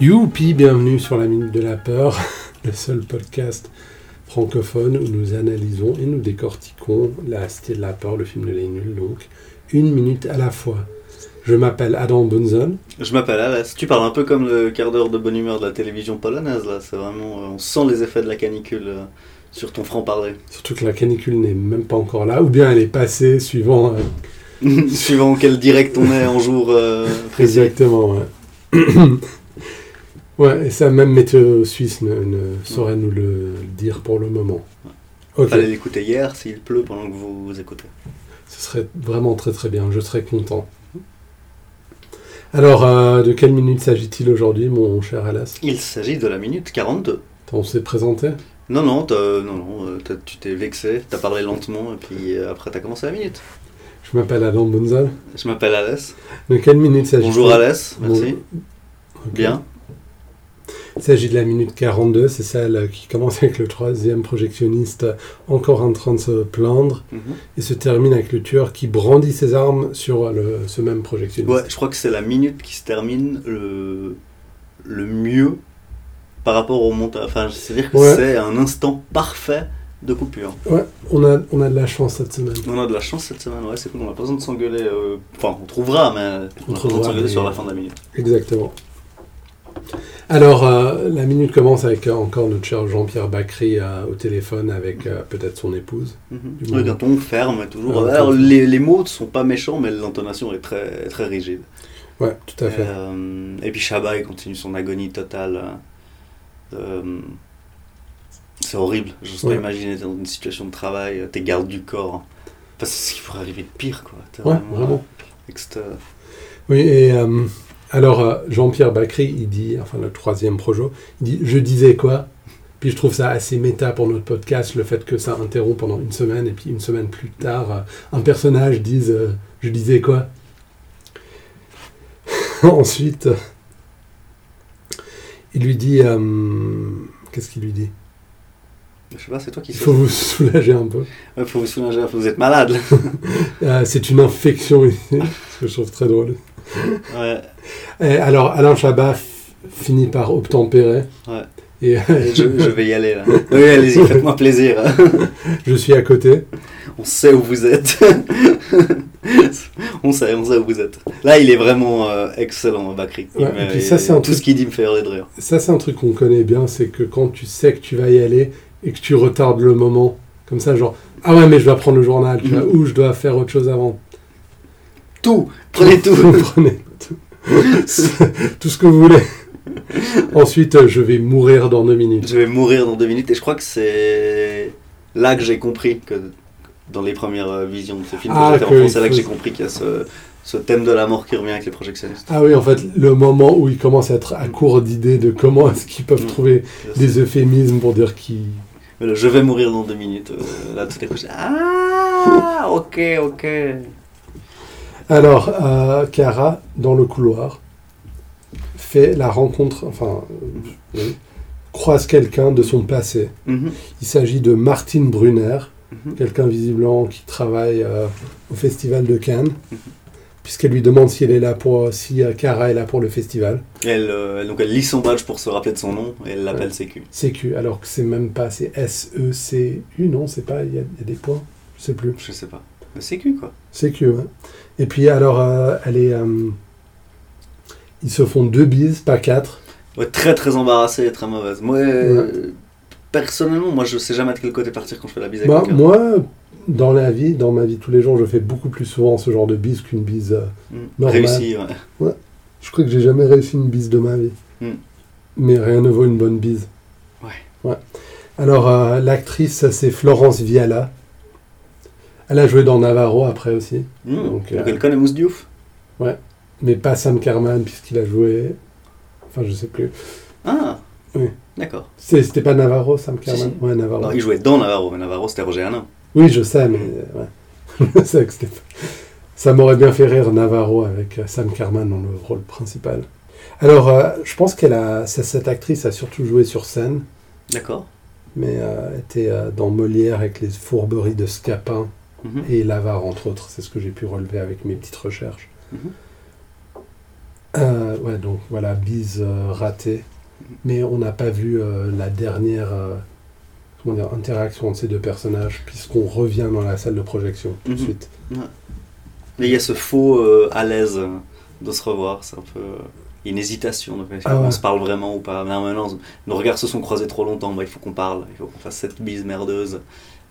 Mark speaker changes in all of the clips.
Speaker 1: Youpi, bienvenue sur la Minute de la Peur, le seul podcast francophone où nous analysons et nous décortiquons La Cité de la Peur, le film de Les Nuls, donc une minute à la fois. Je m'appelle Adam Bunzen.
Speaker 2: Je m'appelle Alès. Tu parles un peu comme le quart d'heure de bonne humeur de la télévision polonaise, là. C'est vraiment. euh, On sent les effets de la canicule euh, sur ton franc-parler.
Speaker 1: Surtout que la canicule n'est même pas encore là, ou bien elle est passée suivant euh,
Speaker 2: Suivant quel direct on est en jour euh, précis.
Speaker 1: Exactement, ouais. ouais, et ça, même météo suisse ne, ne saurait nous le dire pour le moment. Ok,
Speaker 2: Fallait l'écouter hier s'il pleut pendant que vous, vous écoutez.
Speaker 1: ce serait vraiment très très bien, je serais content. Alors, euh, de quelle minute s'agit-il aujourd'hui, mon cher Alas
Speaker 2: Il s'agit de la minute 42.
Speaker 1: Attends, On s'est présenté
Speaker 2: Non, non, t'as- non, non euh, t'as- tu t'es vexé, t'as parlé lentement et puis euh, après t'as commencé la minute.
Speaker 1: Je m'appelle Adam Bunzel.
Speaker 2: Je m'appelle Alès.
Speaker 1: De quelle minute s'agit-il
Speaker 2: Bonjour Alès, merci.
Speaker 1: Bonjour. Ok.
Speaker 2: Bien.
Speaker 1: Il s'agit de la minute 42, c'est celle qui commence avec le troisième projectionniste encore en train de se plaindre
Speaker 2: Mhm.
Speaker 1: et se termine avec le tueur qui brandit ses armes sur le, ce même projectionniste.
Speaker 2: Ouais, je crois que c'est la minute qui se termine le, le mieux par rapport au montage. Enfin, c'est-à-dire que
Speaker 1: Ouais.
Speaker 2: c'est un instant parfait de coupure.
Speaker 1: Ouais, on a, on a de la chance cette semaine.
Speaker 2: On a de la chance cette semaine, ouais, c'est cool, on a pas besoin de s'engueuler. euh, Enfin, on trouvera, mais
Speaker 1: On
Speaker 2: on, a pas besoin de
Speaker 1: trouvera,
Speaker 2: s'engueuler
Speaker 1: mais-
Speaker 2: sur la fin de la minute.
Speaker 1: Exactement. Alors, euh, la minute commence avec euh, encore notre cher Jean-Pierre Bacry euh, au téléphone avec euh, peut-être son épouse.
Speaker 2: Mhm.
Speaker 1: Du
Speaker 2: Avec
Speaker 1: moment.
Speaker 2: un ton ferme, toujours.
Speaker 1: Ouais,
Speaker 2: Alors,
Speaker 1: tout à fait.
Speaker 2: les, les mots ne sont pas méchants, mais l'intonation est très, très rigide.
Speaker 1: Ouais, tout à fait.
Speaker 2: Euh, et puis Chabat, il continue son agonie totale. Euh, c'est horrible. J'ose
Speaker 1: Ouais.
Speaker 2: pas imaginer t'es dans une situation de travail, euh, t'es garde du corps. hein. Enfin, c'est ce qui pourrait arriver de pire, quoi. T'es
Speaker 1: Ouais, vraiment.
Speaker 2: avec cette, euh,
Speaker 1: Oui, et euh, alors euh, Jean-Pierre Bacry, il dit, enfin le troisième projet, il dit Je disais quoi Puis je trouve ça assez méta pour notre podcast, le fait que ça interrompt pendant une semaine, et puis une semaine plus tard, euh, un personnage dise euh, Je disais quoi Ensuite, euh, il lui dit euh, Qu'est-ce qu'il lui dit
Speaker 2: Je sais pas, c'est toi qui
Speaker 1: Il
Speaker 2: sais.
Speaker 1: faut vous soulager un peu.
Speaker 2: Ouais, faut vous soulager, faut- vous êtes malade. là.
Speaker 1: Euh, c'est une infection ici, ce que je trouve très drôle.
Speaker 2: ouais.
Speaker 1: Et Eh, alors, Alain Chabat f- finit par obtempérer.
Speaker 2: Ouais.
Speaker 1: Et euh,
Speaker 2: je, je vais y aller, là. Oui, allez-y, faites-moi plaisir.
Speaker 1: je suis à côté.
Speaker 2: On sait où vous êtes. on sait, on sait où vous êtes. Là, il est vraiment euh, excellent, Bakri. Il
Speaker 1: Ouais, et
Speaker 2: me-
Speaker 1: puis ça, c'est un
Speaker 2: tout
Speaker 1: truc-
Speaker 2: ce qu'il dit me fait hurler de rire.
Speaker 1: Ça, c'est un truc qu'on connaît bien, c'est que quand tu sais que tu vas y aller et que tu retardes le moment, comme ça, genre, ah ouais, mais je dois prendre le journal, tu vois,
Speaker 2: Mhm.
Speaker 1: ou je dois faire autre chose avant.
Speaker 2: Tout, prenez tout.
Speaker 1: Prenez tout. tout ce que vous voulez. Ensuite, euh, je vais mourir dans deux minutes.
Speaker 2: Je vais mourir dans deux minutes et je crois que c'est là que j'ai compris que dans les premières euh, visions de ce film
Speaker 1: Ah,
Speaker 2: que j'ai fait en
Speaker 1: que
Speaker 2: France, c'est
Speaker 1: il
Speaker 2: là que
Speaker 1: faut-
Speaker 2: j'ai compris qu'il y a ce, ce thème de la mort qui revient avec les projectionnistes.
Speaker 1: Ah oui, en fait, le moment où ils commencent à être à court d'idées de comment est-ce qu'ils peuvent
Speaker 2: Mhm.
Speaker 1: trouver des euphémismes pour dire qu'ils...
Speaker 2: Mais le je vais mourir dans deux minutes, euh, là tout est couché. Ah, ok, ok.
Speaker 1: Alors, euh, Cara, dans le couloir, fait la rencontre, enfin, euh, oui, croise quelqu'un de son passé.
Speaker 2: Mhm,
Speaker 1: Il s'agit de Martine Brunner,
Speaker 2: mhm.
Speaker 1: quelqu'un visiblement qui travaille euh, au festival de Cannes, puisqu'elle lui demande si elle est là pour, si euh, Cara est là pour le festival.
Speaker 2: Elle, euh, elle- donc elle lit son badge pour se rappeler de son nom et elle l'appelle CQ.
Speaker 1: CQ, alors que c'est même pas, c'est S-E-C-U, non, c'est pas, il y, a- il y a des points, je sais plus.
Speaker 2: Je sais pas. Mais CQ quoi.
Speaker 1: CQ, ouais. Et puis alors, euh, elle est, euh, ils se font deux bises, pas quatre.
Speaker 2: Ouais, très très embarrassée et très mauvaise. Moi, euh, personnellement, moi je sais jamais de quel côté partir quand je fais la bise avec
Speaker 1: Bah,
Speaker 2: quelqu'un.
Speaker 1: moi, dans la vie, dans ma vie de tous les jours, je fais beaucoup plus souvent ce genre de bise qu'une bise. euh,
Speaker 2: Mhm.
Speaker 1: normal.
Speaker 2: Réussi, ouais.
Speaker 1: Je crois que j'ai jamais réussi une bise de ma vie.
Speaker 2: Mm.
Speaker 1: Mais rien ne vaut une bonne bise.
Speaker 2: Ouais.
Speaker 1: Alors, euh, l'actrice, c'est Florence Viala. Elle a joué dans Navarro après aussi,
Speaker 2: Mmh.
Speaker 1: Donc,
Speaker 2: Donc,
Speaker 1: euh,
Speaker 2: elle connaît Mousse Diouf
Speaker 1: mais pas Sam Carman puisqu'il a joué. Enfin, je sais plus.
Speaker 2: Ah
Speaker 1: Oui.
Speaker 2: D'accord.
Speaker 1: C'est- C'était pas Navarro, Sam
Speaker 2: Si,
Speaker 1: Carman Ouais, Navarro.
Speaker 2: Non, il jouait dans Navarro, mais Navarro c'était Roger Hanin.
Speaker 1: Oui, je sais, mais euh, ouais. je sais que c'était pas- Ça m'aurait bien fait rire Navarro avec euh, Sam Carman dans le rôle principal. Alors, euh, je pense qu'elle a c- cette actrice a surtout joué sur scène,
Speaker 2: D'accord.
Speaker 1: mais euh, était euh, dans Molière avec les fourberies de Scapin
Speaker 2: Mhm.
Speaker 1: et l'avare entre autres. C'est ce que j'ai pu relever avec mes petites recherches.
Speaker 2: Mhm.
Speaker 1: Euh, ouais, donc voilà, bise euh, ratée. Mais on n'a pas vu euh, la dernière euh, comment dire, interaction entre ces deux personnages, puisqu'on revient dans la salle de projection tout de
Speaker 2: Mhm.
Speaker 1: suite.
Speaker 2: Mais il y a ce faux euh, à l'aise euh, de se revoir, c'est un peu euh, une hésitation. Donc, est-ce
Speaker 1: Ah
Speaker 2: qu'on
Speaker 1: ouais.
Speaker 2: se parle vraiment ou pas Mais en même temps, nos regards se sont croisés trop longtemps, bah, il faut qu'on parle, il faut qu'on fasse cette bise merdeuse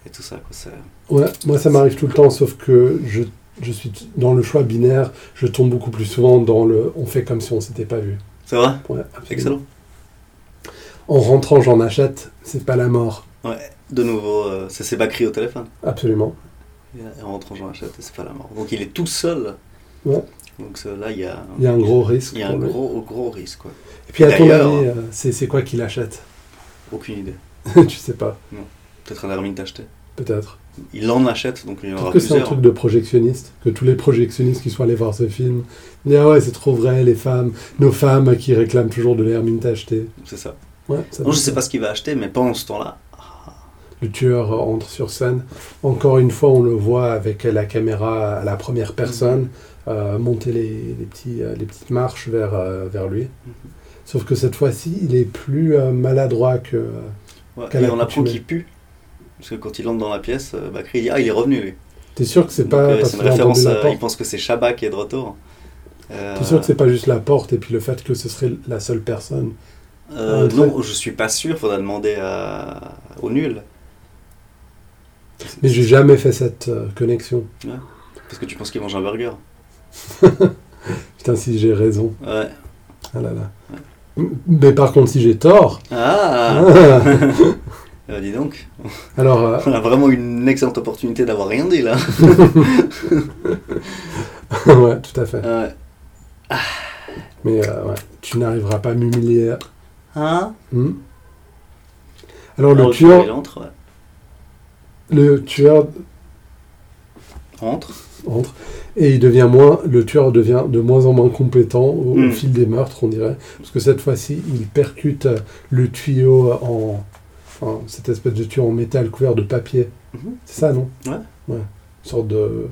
Speaker 2: et tout ça. Quoi. c'est-
Speaker 1: Ouais, moi, ça m'arrive tout le temps, sauf que je, je suis t- dans le choix binaire, je tombe beaucoup plus souvent dans le on fait comme si on s'était pas vu.
Speaker 2: C'est vrai
Speaker 1: Ouais, absolument.
Speaker 2: Excellent.
Speaker 1: En rentrant, j'en achète, c'est pas la mort.
Speaker 2: De nouveau, euh, c'est ses Bakri au téléphone.
Speaker 1: Absolument.
Speaker 2: Et en rentrant, j'en achète et c'est pas la mort. Donc il est tout seul.
Speaker 1: Ouais.
Speaker 2: Donc ça, là, il y a,
Speaker 1: Il y a un gros risque.
Speaker 2: il y a un
Speaker 1: pour lui.
Speaker 2: gros, gros risque. Quoi.
Speaker 1: Et puis à ton
Speaker 2: D'ailleurs-
Speaker 1: avis, euh, c'est c'est quoi qu'il achète
Speaker 2: Aucune idée.
Speaker 1: Tu sais pas,
Speaker 2: Peut-être un Hermine d'acheter.
Speaker 1: peut-être.
Speaker 2: Il en achète, donc il y en
Speaker 1: Peut-être
Speaker 2: aura
Speaker 1: que c'est un
Speaker 2: plusieurs.
Speaker 1: truc de projectionniste, que tous les projectionnistes qui sont allés voir ce film disent Ah ouais, c'est trop vrai, les femmes, nos femmes qui réclament toujours de l'hermine achetée.
Speaker 2: C'est ça.
Speaker 1: Ouais, ça
Speaker 2: Non,
Speaker 1: doit
Speaker 2: je sais
Speaker 1: être
Speaker 2: pas ce qu'il va acheter, mais pendant ce temps-là,
Speaker 1: ça. Le tueur euh, entre sur scène. Encore une fois, on le voit avec la caméra à la première personne euh, monter les, les petits, euh, les petites marches vers, euh, vers lui.
Speaker 2: Mhm.
Speaker 1: Sauf que cette fois-ci, il est plus euh, maladroit que. euh,
Speaker 2: Ouais,
Speaker 1: Qu'elle
Speaker 2: et on
Speaker 1: a
Speaker 2: apprend
Speaker 1: coutumé.
Speaker 2: qu'il pue. Parce que quand il entre dans la pièce, euh, Bakri dit Ah, il est revenu lui.
Speaker 1: T'es sûr que c'est
Speaker 2: Donc,
Speaker 1: pas
Speaker 2: euh,
Speaker 1: parce
Speaker 2: c'est une
Speaker 1: qu'il a entendu
Speaker 2: référence,
Speaker 1: la
Speaker 2: euh,
Speaker 1: porte
Speaker 2: il pense que c'est Shabba qui est de retour. Euh,
Speaker 1: T'es sûr que c'est pas juste la porte et puis le fait que ce serait la seule personne
Speaker 2: euh,
Speaker 1: Ah,
Speaker 2: Non, je suis pas sûr, faudra demander à... au nul.
Speaker 1: Mais j'ai jamais fait cette euh, connexion.
Speaker 2: Parce que tu penses qu'il mange un burger.
Speaker 1: Putain, si j'ai raison.
Speaker 2: Ouais.
Speaker 1: Ah là là. M- Mais par contre, si j'ai tort.
Speaker 2: Ah
Speaker 1: Ah
Speaker 2: Euh, Dis donc,
Speaker 1: Alors, euh,
Speaker 2: on a vraiment une excellente opportunité d'avoir rien dit là.
Speaker 1: ouais, tout à fait.
Speaker 2: Ouais.
Speaker 1: Mais euh, ouais, tu n'arriveras pas à m'humilier.
Speaker 2: Hein
Speaker 1: Hmm Alors,
Speaker 2: Alors,
Speaker 1: le
Speaker 2: Il
Speaker 1: tueur,
Speaker 2: entre. ouais.
Speaker 1: le tueur
Speaker 2: Entre.
Speaker 1: entre et il devient moins, le tueur devient de moins en moins compétent au, au
Speaker 2: Mm.
Speaker 1: fil des meurtres, on dirait, parce que cette fois-ci, il percute euh, le tuyau euh, en, en- cette espèce de tuyau en métal couvert de papier.
Speaker 2: Mhm.
Speaker 1: C'est ça, non
Speaker 2: Ouais.
Speaker 1: Une sorte de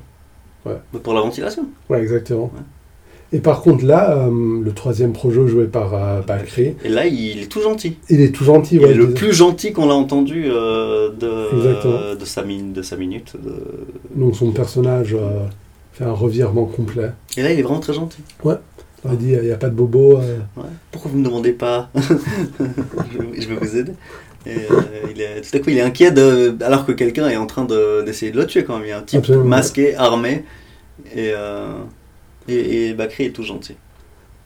Speaker 2: Mais Pour la ventilation.
Speaker 1: ouais, exactement.
Speaker 2: Ouais.
Speaker 1: Et par contre, là, euh, le troisième projet joué par euh, Bakri,
Speaker 2: Et là, il est tout gentil.
Speaker 1: il est tout gentil.
Speaker 2: Il
Speaker 1: ouais,
Speaker 2: est le
Speaker 1: dis-
Speaker 2: plus gentil qu'on l'a entendu euh, de,
Speaker 1: Exactement.
Speaker 2: de, sa mine, de sa minute. de-
Speaker 1: Donc son personnage euh, fait un revirement complet.
Speaker 2: Et là, il est vraiment très gentil. Ah.
Speaker 1: On dit, il n'y a pas de bobo. euh,
Speaker 2: Ouais. Pourquoi vous ne me demandez pas je, vais- je vais vous aider. Et, euh, il est, tout à coup, il est inquiet de- alors que quelqu'un est en train de- d'essayer de le tuer quand même. Il y a un type
Speaker 1: Absolument.
Speaker 2: masqué, armé. Et, euh, et, et Bakri est tout gentil.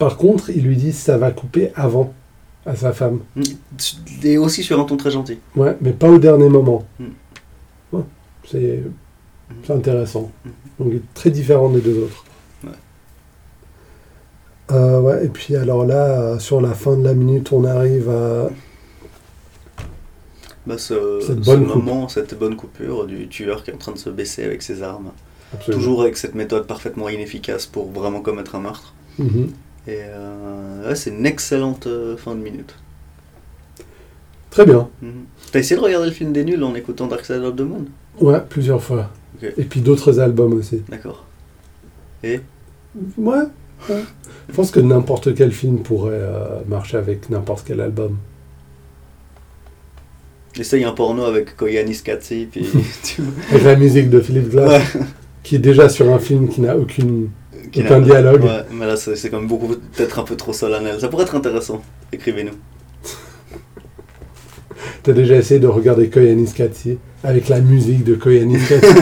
Speaker 1: Par contre, il lui dit, ça va couper avant à sa femme.
Speaker 2: Et aussi sur un ton très gentil.
Speaker 1: Ouais, mais pas au dernier moment.
Speaker 2: Mm.
Speaker 1: Ouais, c'est c'est intéressant. Donc il est très différent des deux autres.
Speaker 2: Mm. Ouais.
Speaker 1: Euh, ouais, et puis alors là, euh, sur la fin de la minute, on arrive à...
Speaker 2: Bah, ce
Speaker 1: Cette
Speaker 2: ce
Speaker 1: bonne coupe.
Speaker 2: moment, cette bonne coupure du tueur qui est en train de se baisser avec ses armes.
Speaker 1: Absolument.
Speaker 2: Toujours avec cette méthode parfaitement inefficace pour vraiment commettre un meurtre.
Speaker 1: Mhm.
Speaker 2: Et euh, ouais, c'est une excellente euh, fin de minute.
Speaker 1: Très bien.
Speaker 2: Mhm. T'as essayé de regarder le film des nuls en écoutant Dark Side of the Moon
Speaker 1: Ouais, plusieurs fois.
Speaker 2: Ok.
Speaker 1: Et puis d'autres albums aussi.
Speaker 2: D'accord.
Speaker 1: Ouais. ouais. Je pense que n'importe quel film pourrait euh, marcher avec n'importe quel album.
Speaker 2: Essaye un porno avec Koyanis Katsi, puis tu
Speaker 1: Avec la musique de Philip Glass,
Speaker 2: Ouais.
Speaker 1: qui est déjà sur un film qui n'a aucune...
Speaker 2: Qui
Speaker 1: Aucun
Speaker 2: n'a-
Speaker 1: dialogue.
Speaker 2: Ouais, mais là, c'est c'est quand même beaucoup, peut-être un peu trop solennel. Ça pourrait être intéressant. Écrivez-nous.
Speaker 1: T'as déjà essayé de regarder Koyanis Katsi avec la musique de Koyanis Katsi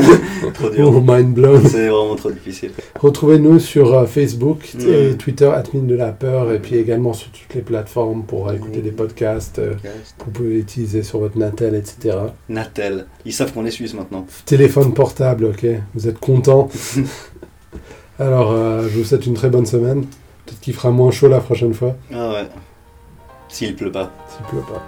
Speaker 2: Trop
Speaker 1: Oh,
Speaker 2: dur.
Speaker 1: mind blown.
Speaker 2: c'est vraiment trop difficile.
Speaker 1: Retrouvez-nous sur euh, Facebook
Speaker 2: Mm.
Speaker 1: et Twitter, admin de la peur, et puis également sur toutes les plateformes pour euh, écouter des podcasts euh, que vous pouvez utiliser sur votre Natel, etc.
Speaker 2: Natel. Ils savent qu'on est suisse maintenant.
Speaker 1: Téléphone portable, ok Vous êtes content Alors, euh, je vous souhaite une très bonne semaine. Peut-être qu'il fera moins chaud la prochaine fois,
Speaker 2: Ah ouais. S'il pleut pas.
Speaker 1: s'il pleut pas.